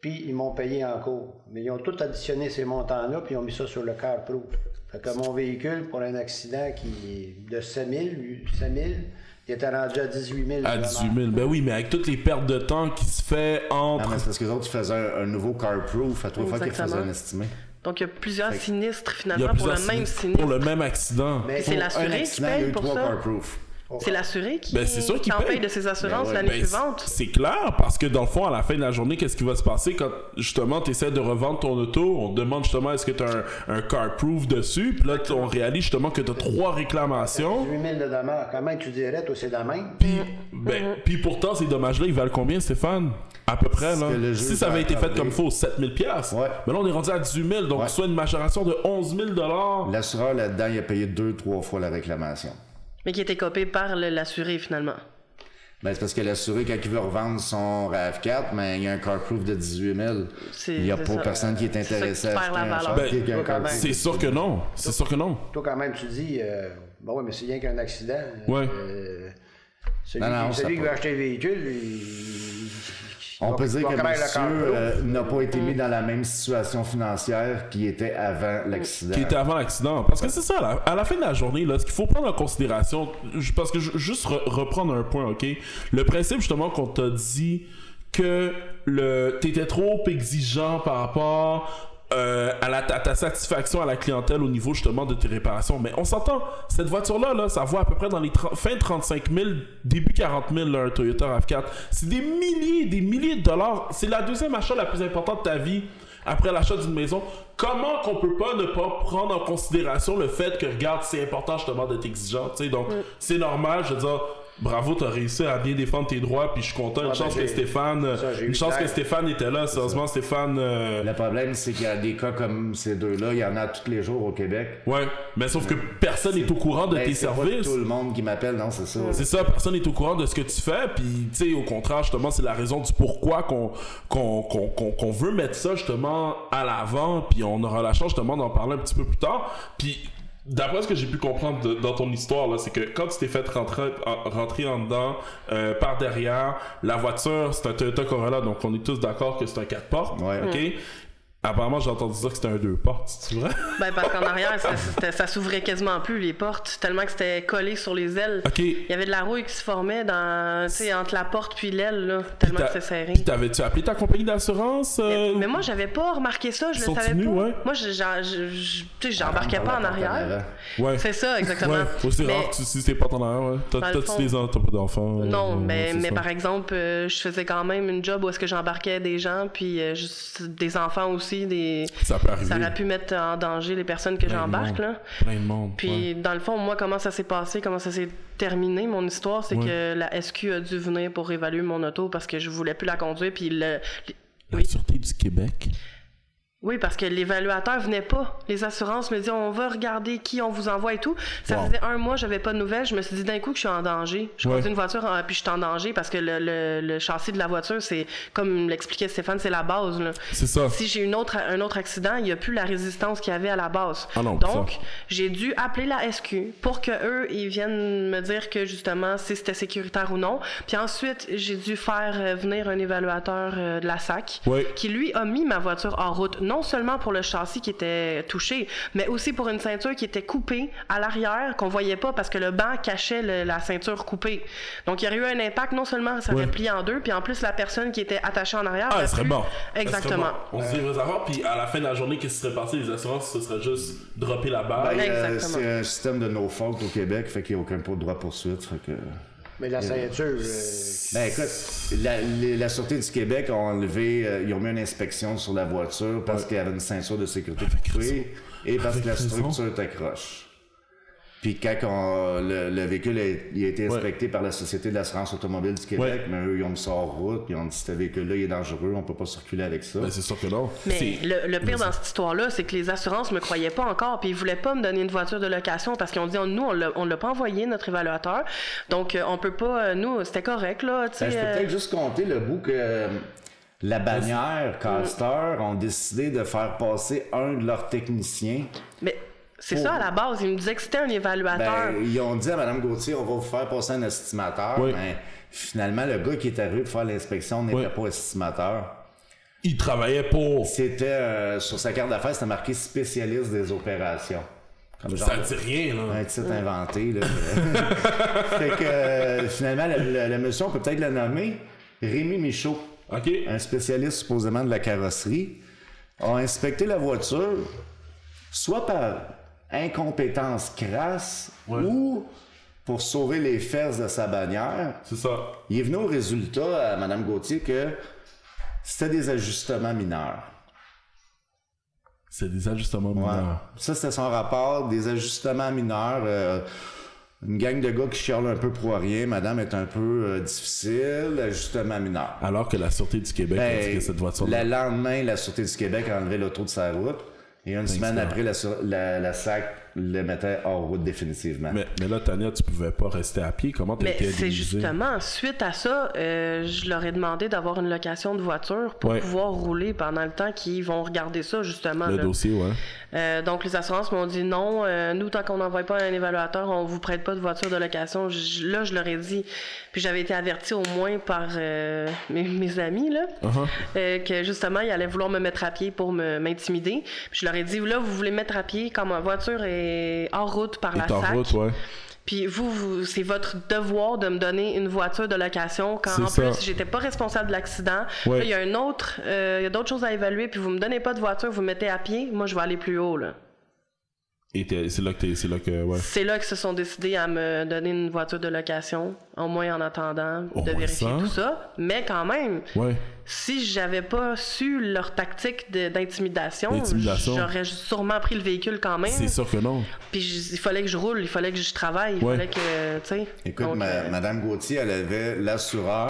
Puis ils m'ont payé en cours. Mais ils ont tout additionné ces montants-là, puis ils ont mis ça sur le car proof. Fait que mon véhicule, pour un accident qui de 7000, 5000, il était rendu à 18 000. À 18 000. Ben oui, mais avec toutes les pertes de temps qui se fait Non, entre. Ah, mais c'est parce que les autres, tu faisais un, un nouveau carproof à trois fois qu'ils Exactement. faisaient un estimé. Donc, il y a plusieurs sinistres, Il y a finalement, Ah, pour plusieurs le même sinistres sinistre. Pour le même accident. Mais C'est Pour l'assuré un qui accident, paye il y a eu pour trois ça? carproofs. C'est l'assuré qui, Ben, c'est sûr qu'il qui en paye. paye de ses assurances Ben ouais. l'année Ben, suivante. C'est clair, parce que dans le fond, à la fin de la journée, qu'est-ce qui va se passer quand justement tu essaies de revendre ton auto? On te demande justement est-ce que tu as un, un carproof dessus, puis là t- on réalise justement que tu as trois réclamations. 18 000 de dommages. Comment tu dirais, toi, c'est la même? Puis, ben, puis pourtant, ces dommages-là, ils valent combien, Stéphane? À peu près, Parce là. que le jeu Si ça va avait été fait accorder. comme faux, 7000 pièces. Ouais. Mais là, on est rendu à 18 000, donc Ouais. soit une majoration de 11 000 dollars. L'assureur, là-dedans, il a payé deux, trois fois la réclamation. Mais qui était copé par le- l'assuré, finalement. Ben, c'est parce que l'assuré, quand il veut revendre son RAV4, ben, il y a un carproof de 18 000. C'est- Il n'y a c'est pas ça. personne qui est C'est ça qui intéressé à perd la acheter un valeur. char Ben, qui a un toi, quand carproof. même. C'est sûr que non. C'est sûr que non. Toi, quand même, tu dis, euh, bon, ouais, mais c'est rien qu'un accident. Ouais. Euh, celui Non, non, qui, ça celui qui peut. veut acheter le véhicule, il- il- On il peut va- il dire va que quand même le monsieur carproof. euh, n'a pas été Mm. mis dans la même situation financière qu'il était avant l'accident. qui était avant l'accident. Parce que c'est ça, là, à la fin de la journée, là, ce qu'il faut prendre en considération, je- parce que je- juste re- reprendre un point, ok? Le principe, justement, qu'on t'a dit que le t'étais trop exigeant par rapport euh, à, la, à ta satisfaction à la clientèle au niveau, justement, de tes réparations. Mais on s'entend, cette voiture-là, là, ça vaut à peu près dans les 30 fin 35 000, début 40 000, là, un Toyota RAV4. C'est des milliers, des milliers de dollars. C'est la deuxième achat la plus importante de ta vie après l'achat d'une maison, comment qu'on peut pas ne pas prendre en considération le fait que, regarde, c'est important justement d'être exigeant, tu sais, donc c'est normal, je veux dire, bravo, t'as réussi à bien défendre tes droits, puis je suis content, une ben, chance que j'ai- Stéphane, ça, j'ai eu une chance clair. que Stéphane était là, sérieusement, Stéphane, euh, Le problème, c'est qu'il y a des cas comme ces deux-là, il y en a tous les jours au Québec. ouais, mais sauf que personne n'est au courant de Ben, tes c'est pas services. tout le monde qui m'appelle, non, c'est ça. C'est ça, personne n'est au courant de ce que tu fais, puis tu sais, au contraire, justement, c'est la raison du pourquoi qu'on qu'on qu'on- qu'on- qu'on veut mettre ça justement à l'avant, puis on aura la chance justement d'en parler un petit peu plus tard, puis d'après ce que j'ai pu comprendre de- dans ton histoire, là, c'est que quand tu t'es fait rentrer, en- rentrer en dedans, euh, par derrière, la voiture, c'est un Toyota Corolla, donc on est tous d'accord que c'est un 4 portes, Ouais. ok? Apparemment, j'ai entendu dire que c'était un 2 portes, c'est [laughs] vrai? Ben, parce qu'en arrière, ça, c'était- ça s'ouvrait quasiment plus, les portes, tellement que c'était collé sur les ailes. Ok. Il y avait de la rouille qui se formait dans, tu sais, entre la porte puis l'aile, là, tellement que T'as- c'est serré. Puis t'avais-tu appelé ta compagnie d'assurance? euh, Mais moi, j'avais pas remarqué ça, je le Sont savais nus, pas. ouais. Moi, je- j'en- je- je- tu sais, Ah, j'embarquais pas en arrière. ouais. C'est ça, exactement. Ouais, faut- c'est Mais- rare que tu si t'es pas ton arrière, ouais. T'as Dans le t'as-tu fond- des en- t'as pas d'enfants. euh, Non, ouais, mais, c'est mais ça. par exemple, euh, je faisais quand même une job où est-ce que j'embarquais des gens, puis euh, juste des enfants aussi, des... Ça peut ça arriver. aurait pu mettre en danger les personnes que Plein de j'embarque. monde. là. Plein de monde. ouais. Puis dans le fond, moi, comment ça s'est passé, comment ça s'est terminé, mon histoire, c'est Ouais. que la SQ a dû venir pour évaluer mon auto parce que je voulais plus la conduire, puis La le... oui. Sûreté du Québec. Oui, parce que l'évaluateur venait pas. Les assurances me disaient on va regarder qui on vous envoie et tout. Ça Wow. faisait un mois, j'avais pas de nouvelles. Je me suis dit d'un coup que je suis en danger. Je Ouais. conduis une voiture euh, puis je suis en danger parce que le, le- le châssis de la voiture, c'est comme l'expliquait Stéphane, c'est la base. là. C'est ça. Si j'ai une autre, un autre accident, il n'y a plus la résistance qu'il y avait à la base. Ah non, ça. Donc, j'ai dû appeler la SQ pour que eux ils viennent me dire que justement si c'était sécuritaire ou non. Puis ensuite, j'ai dû faire euh, venir un évaluateur euh, de la SAC Ouais. qui lui a mis ma voiture en route, non seulement pour le châssis qui était touché, mais aussi pour une ceinture qui était coupée à l'arrière, qu'on voyait pas parce que le banc cachait le- la ceinture coupée. Donc il y aurait eu un impact, non seulement ça aurait Ouais. plié en deux, puis en plus la personne qui était attachée en arrière. Ah, aurait elle serait pu- morte. Elle serait Exactement. morte. On se dit, vas avoir, puis à la fin de la journée, qu'est-ce qui serait passé? Les assurances, ce serait juste dropper la barre. Ben, euh, Exactement. c'est un système de no fault au Québec, fait qu'il n'y a aucun pot de droit de poursuite. Fait que... euh, Mais la ceinture, euh, Ben écoute, la, les- la Sûreté du Québec a enlevé, euh, ils ont mis une inspection sur la voiture parce qu'il y avait une ceinture de sécurité coupée et parce Avec que la raison. structure t'accroche. Puis quand on- le, le véhicule a, il a été inspecté par la Société de l'assurance automobile du Québec, Ouais. mais eux, ils ont mis ça hors route, puis ils ont dit ce véhicule-là, il est dangereux, on peut pas circuler avec ça. Ben, c'est sûr que non. Mais C'est- le, le pire dans cette histoire-là, c'est que les assurances me croyaient pas encore, puis ils voulaient pas me donner une voiture de location parce qu'ils ont dit on- nous on l'a- on l'a pas envoyé notre évaluateur, donc euh, on peut pas euh, nous c'était correct là, tu sais. Ben, je peux euh, peut-être juste compter le bout que euh, la bannière Caster ont décidé de faire passer un de leurs techniciens. mais c'est ça à la base, ils me disaient que c'était un évaluateur. Ben, ils ont dit à Mme Gauthier, on va vous faire passer un estimateur. Oui. Ben, finalement, le gars qui est arrivé pour faire l'inspection n'était Oui. pas estimateur. Il travaillait pour. C'était euh, sur sa carte d'affaires, c'était marqué spécialiste des opérations. Comme Ça genre- dit rien, là. un titre inventé. Là. [laughs] fait que euh, finalement, la, la- la monsieur, on peut peut-être la nommer Rémi Michaud, OK. un spécialiste supposément de la carrosserie, a inspecté la voiture soit par incompétence crasse Ouais. ou pour sauver les fesses de sa bannière. C'est ça. Il est venu au résultat à Mme Gauthier que c'était des ajustements mineurs. C'est des ajustements Ouais. mineurs. Ça, c'était son rapport, des ajustements mineurs. euh, une gang de gars qui chialent un peu pour rien. Madame est un peu euh, difficile. Ajustements mineurs. Alors que la Sûreté du Québec a dit Ben, que cette voiture... le lendemain, la Sûreté du Québec a enlevé l'auto de sa route. Et Ben, une semaine après, la, sur- la, la SAC le mettait hors route définitivement. Mais, mais là, Tania, tu pouvais pas rester à pied. Comment t'as Mais été c'est indemnisée? justement suite à ça, euh, je leur ai demandé d'avoir une location de voiture pour Ouais. pouvoir rouler pendant le temps qu'ils vont regarder ça justement. Le là. dossier, ouais. Euh, donc les assurances m'ont dit non, euh, nous tant qu'on n'envoie pas un évaluateur, on vous prête pas de voiture de location. Je- là, je leur ai dit, puis j'avais été avertie au moins par euh, mes, mes amis là, Uh-huh. euh, que justement ils allaient vouloir me mettre à pied pour me- m'intimider. Puis je leur ai dit là, vous voulez me mettre à pied quand ma voiture est en route par Et la en SAC. route, ouais. Puis vous, vous- c'est votre devoir de me donner une voiture de location quand C'est en ça. plus j'étais pas responsable de l'accident. Ouais. Là, il y a un autre, euh, il y a d'autres choses à évaluer. Puis vous me donnez pas de voiture, vous me mettez à pied. Moi, je vais aller plus haut là. Et t'es- c'est là que t'es- c'est là que ouais. C'est là qu'ils se sont décidés à me donner une voiture de location, au moins en attendant Au de moins vérifier ça. tout ça. Mais quand même, Ouais. si j'avais pas su leur tactique de- d'intimidation, D'intimidation. j'aurais sûrement pris le véhicule quand même. C'est sûr que non. Puis je- il fallait que je roule, il fallait que je travaille, il Ouais. fallait que, tu sais. Écoute, Donc, ma- euh, Madame Gauthier, elle avait l'assureur,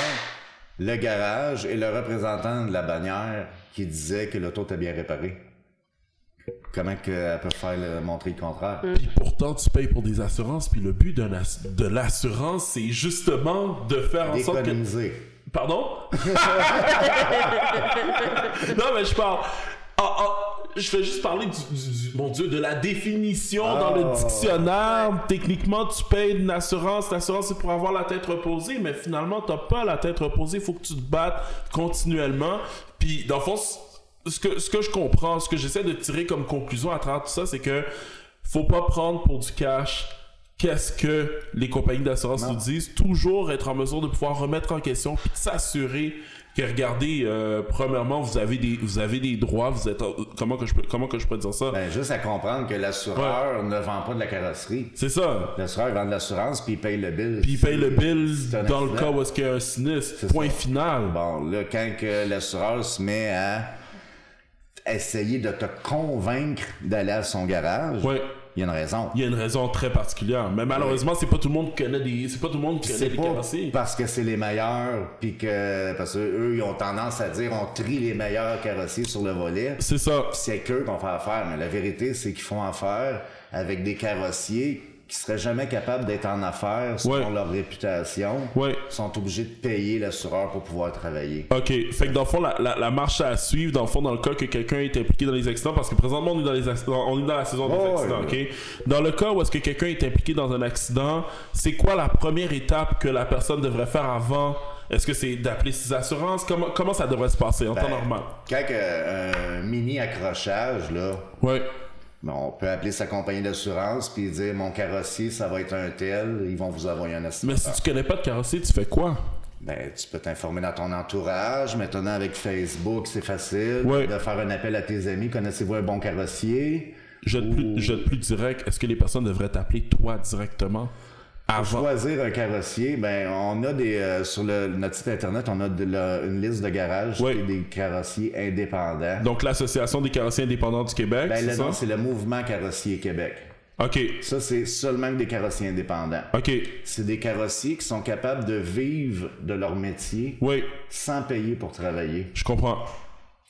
le garage et le représentant de la bannière qui disait que l'auto était bien réparée. Comment que- elle peut faire le- montrer le contraire? Mm. Puis pourtant, tu payes pour des assurances. Puis le but d'un as- de l'assurance, c'est justement de faire en sorte que D'économiser. Pardon? non, mais je parle. Ah, ah, je vais juste parler du, du- du- Mon Dieu, de la définition dans le Ah. dictionnaire. Techniquement, tu payes une assurance. L'assurance, c'est pour avoir la tête reposée, mais finalement, t'as pas la tête reposée. Il faut que tu te battes continuellement. Puis, dans le fond, c- ce que, ce que je comprends, ce que j'essaie de tirer comme conclusion à travers tout ça, c'est que faut pas prendre pour du cash. Qu'est-ce que les compagnies d'assurance nous disent Toujours être en mesure de pouvoir remettre en question puis de s'assurer que regardez, euh, premièrement, vous avez des, vous avez des droits, vous êtes en- comment que je peux, comment que je pourrais dire ça Ben, juste à comprendre que l'assureur ne vend pas de la carrosserie. C'est ça. L'assureur vend de l'assurance puis il paye le bill. Puis ils payent le bill C'est un dans le accident. cas où est-ce qu'il y a un sinistre. C'est Point ça. final. Bon, là, quand que l'assureur se met à essayer de te convaincre d'aller à son garage, Ouais. il y a une raison. Il y a une raison très particulière, mais malheureusement, c'est pas tout le monde qui connaît des, c'est pas tout le monde qui connaît C'est les pas carrossiers. parce que c'est les meilleurs, puis que. Parce que eux, ils ont tendance à dire on trie les meilleurs carrossiers sur le volet. C'est ça. Puis c'est qu'eux qu'on fait affaire. Mais la vérité, c'est qu'ils font affaire avec des carrossiers qui seraient jamais capables d'être en affaires selon Ouais. leur réputation. Ouais. Ils sont obligés de payer l'assureur pour pouvoir travailler. OK. Fait que dans le fond, la, la, la marche à suivre, dans le fond, dans le cas que quelqu'un est impliqué dans les accidents, parce que présentement, on est dans, les accidents- on est dans la saison des Oh, accidents, ouais. OK? Dans le cas où est-ce que quelqu'un est impliqué dans un accident, c'est quoi la première étape que la personne devrait faire avant? Est-ce que c'est d'appeler ses assurances? Comment, comment ça devrait se passer en temps Ben, normal? Quand que, un mini accrochage, là, Ouais. ben, on peut appeler sa compagnie d'assurance puis dire mon carrossier, ça va être un tel, ils vont vous envoyer un Mais assureur. si tu connais pas de carrossier, tu fais quoi? Ben, tu peux t'informer dans ton entourage. Maintenant, avec Facebook, c'est facile Ouais. de faire un appel à tes amis. Connaissez-vous un bon carrossier? Jette plus, jette plus direct. Est-ce que les personnes devraient t'appeler toi directement avant? Choisir un carrossier, ben, on a des. euh, sur le, notre site internet, on a de la- une liste de garages Ouais. et des carrossiers indépendants. Donc, l'Association des carrossiers indépendants du Québec, ben, c'est le ça? nom, c'est le Mouvement Carrossier Québec. OK. Ça, c'est seulement des carrossiers indépendants. OK. C'est des carrossiers qui sont capables de vivre de leur métier Oui, sans payer pour travailler. je comprends.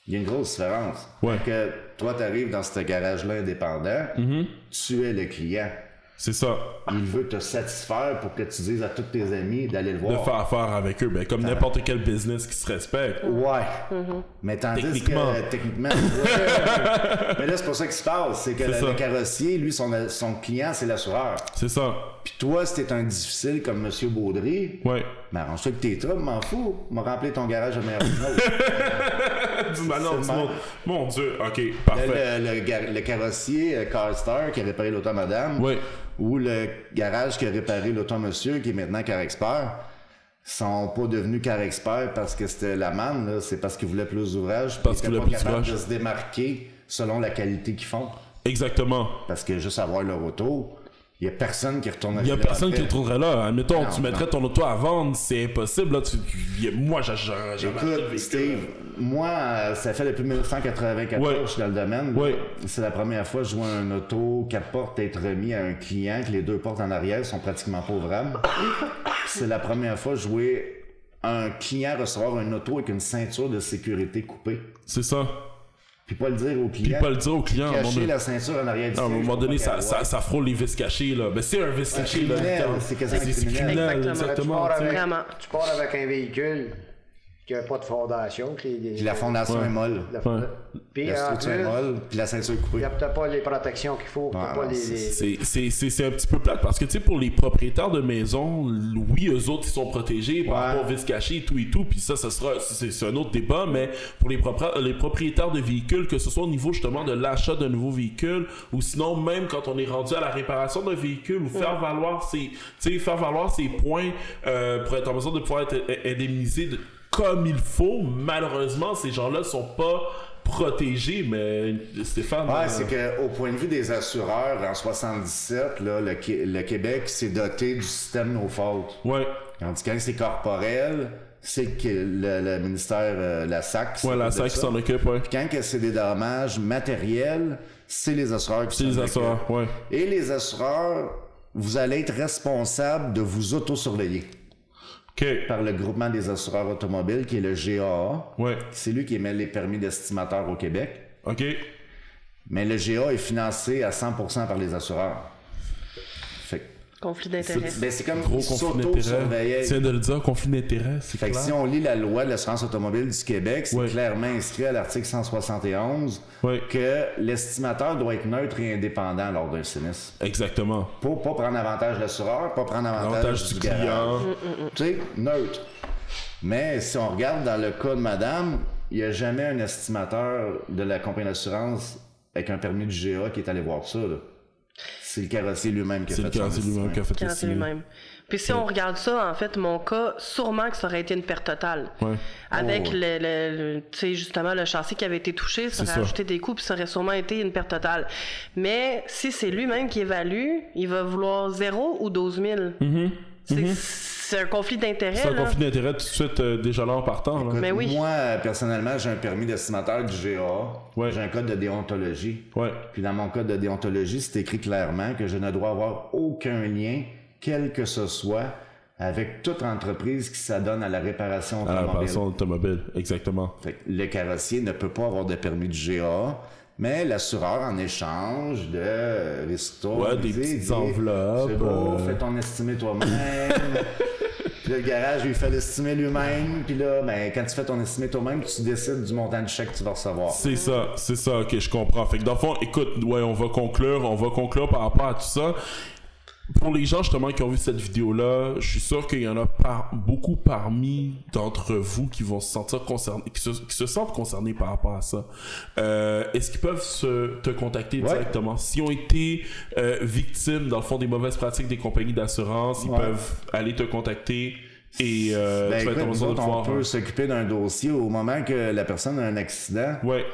Il y a une grosse différence. Ouais. Mm-hmm. Fait Que toi, tu arrives dans ce garage-là indépendant, tu es le client. C'est ça. Il veut te satisfaire pour que tu dises à tous tes amis d'aller le De voir. faire affaire avec eux, ben, comme n'importe quel business qui se respecte. Ouais. Mais tandis Techniquement. que euh, techniquement. [laughs] mais là, c'est pour ça qu'il se passe. C'est que C'est le, ça. le carrossier, lui, son, son client, c'est l'assureur. C'est ça. Puis toi, si t'es un difficile comme M. Baudry, Ouais. ben ensuite que t'es troubles, m'en fous. M'a rempli ton garage de meilleur Du malheur du mal. monde. Ben Mon Dieu, ok, [laughs] parfait. le, le, gar- le carrossier euh, Carstar qui a réparé l'auto à madame. Oui. Ou le garage qui a réparé l'auto à monsieur qui est maintenant car expert. sont pas devenus car expert parce que c'était la manne, là. c'est parce qu'ils voulaient plus d'ouvrages. Parce Ils qu'ils étaient voulaient pas plus capables d'ouvrages. de se démarquer selon la qualité qu'ils font. Exactement. Parce que juste avoir leur auto, il y a personne qui retourne Il y a personne qui retournerait là. Admettons, Non, tu mettrais ton auto à vendre, c'est impossible. Là, tu, y- moi, j'ai- j'ai- j'ai- Écoute, Steve, moi, euh, ça fait depuis 1994 Ouais. que je suis dans le domaine. Ouais. C'est la première fois que je vois un auto quatre portes être remis à un client, que les deux portes en arrière sont pratiquement pas ouvrables. Puis C'est la première fois que je vois un client recevoir une auto avec une ceinture de sécurité coupée. C'est ça. Puis pas le dire au Puis client. pas le dire au client. à un moment Cacher donné. la ceinture en arrière du Non, à un siège moment pour donné, pas ça, qu'elle ça, voie. ça frôle les vices cachés. Là. Ben, c'est un vice caché. là, criminel, littéralement. c'est quasiment C'est- c'est criminel. criminel, Exactement. exactement. Tu pars tu sais. avec- Vraiment. Tu pars avec un véhicule qui n'a pas de fondation. Que les- Puis la fondation Ouais. est molle. la- Ouais. Puis La en structure est plus, molle, puis la ceinture coupée. t'as pas les protections qu'il faut. Ah, T'as pas non, les- c'est- les. C'est- c'est c'est- c'est un petit peu plate parce que tu sais pour les propriétaires de maisons oui eux autres ils sont protégés par Ouais. rapport aux vices cachés et tout et tout puis ça ça sera c'est c'est un autre débat mais pour les propra- les propriétaires de véhicules que ce soit au niveau justement de l'achat d'un nouveau véhicule ou sinon même quand on est rendu à la réparation d'un véhicule ou Mm. faire valoir ses tu sais faire valoir ses points euh, pour être en mesure de pouvoir être euh, indemnisé de- comme il faut malheureusement ces gens-là sont pas protégés mais Stéphane Ouais, euh, c'est qu'au point de vue des assureurs, en 77, là, le, Qué- le Québec s'est doté du système No Fault. ouais Tandis que quand c'est corporel, c'est le, Qué- le- le ministère, euh, la SAC. qui ouais la s'occupe de SAC ça. s'en occupe ouais Puis Quand que c'est des dommages matériels, c'est les assureurs qui C'est les s'en assureurs, occupent. ouais. Et les assureurs, vous allez être responsable de vous autosurveiller OK. par le groupement des assureurs automobiles, qui est le GAA. Ouais. C'est lui qui émet les permis d'estimateur au Québec. OK. Mais le GA est financé à 100% par les assureurs. Fait que- Conflit d'intérêt. ben, c'est comme Gros ils conflit d'intérêt. s'auto-surveillaient. Tu viens de le dire, conflit d'intérêt, c'est Fait clair. que si on lit la loi de l'assurance automobile du Québec, c'est Ouais. clairement inscrit à l'article 171 Ouais. que l'estimateur doit être neutre et indépendant lors d'un sinistre. Exactement. Pour pas prendre avantage de l'assureur, pas prendre avantage, Avantage du garage. client. Tu sais, neutre. Mais si on regarde dans le cas de madame, il n'y a jamais un estimateur de la compagnie d'assurance avec un permis du GA qui est allé voir ça. là. C'est le carrossier lui-même qui a C'est fait le son quartier lui-même estimation. qui a fait le Quartier signe. lui-même. Puis si on regarde ça, en fait, mon cas, sûrement que ça aurait été une perte totale. Ouais. Avec Oh. le, le- le- tu sais, justement, le châssis qui avait été touché, ça C'est aurait ça. ajouté des coûts, puis ça aurait sûrement été une perte totale. Mais si c'est lui-même qui évalue, il va vouloir 0 ou 12 000. Mm-hmm. C'est c'est un conflit C'est d'intérêt, un là. conflit d'intérêt tout de suite, euh, déjà là en partant. Là. Mais oui. Moi, euh, personnellement, j'ai un permis d'estimateur du GA. Ouais. J'ai un code de déontologie. Ouais. Puis dans mon code de déontologie, c'est écrit clairement que je ne dois avoir aucun lien, quel que ce soit, avec toute entreprise qui s'adonne à la réparation À la automobile. réparation automobile. Exactement. Fait que le carrossier ne peut pas avoir de permis de GA, mais l'assureur, en échange de ristournes, Ouais, des il dit, petites il dit, enveloppes, C'est beau, euh. fais ton estimé [laughs] toi-même. puis là, le garage, lui, fait l'estimer lui-même. Puis là, ben, quand tu fais ton estimé toi-même, tu décides du montant du chèque que tu vas recevoir. C'est ça, c'est ça, ok, je comprends. Fait que dans le fond, écoute, ouais, on va conclure, on va conclure par rapport à tout ça. Pour les gens justement qui ont vu cette vidéo-là, je suis sûr qu'il y en a par- beaucoup parmi d'entre vous qui vont se sentir concernés, qui se, qui se sentent concernés par rapport à ça. Euh, Est-ce qu'ils peuvent se, te contacter Ouais. directement S'ils ont été euh, victimes dans le fond des mauvaises pratiques des compagnies d'assurance, ils Ouais. peuvent aller te contacter et euh, Ben, tu vas être en écoute, nous mesure de hein. autres, on pouvoir. peut s'occuper d'un dossier au moment que la personne a un accident, Ouais,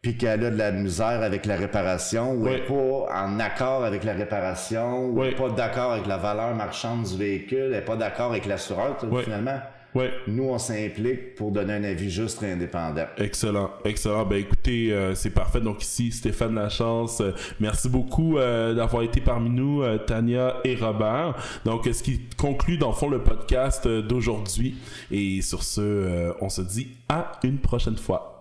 puis qu'elle a de la misère avec la réparation, ou Ouais. est pas en accord avec la réparation, ou Ouais. est pas d'accord avec la valeur marchande du véhicule, est pas d'accord avec l'assureur, t- Ouais. finalement. ouais. Nous, on s'implique pour donner un avis juste et indépendant. Excellent, excellent. Ben écoutez, euh, c'est parfait. Donc ici, Stéphane Lachance, euh, merci beaucoup euh, d'avoir été parmi nous, euh, Tania et Robert. Donc, euh, ce qui conclut dans le fond le podcast euh, d'aujourd'hui. Et sur ce, euh, on se dit à une prochaine fois.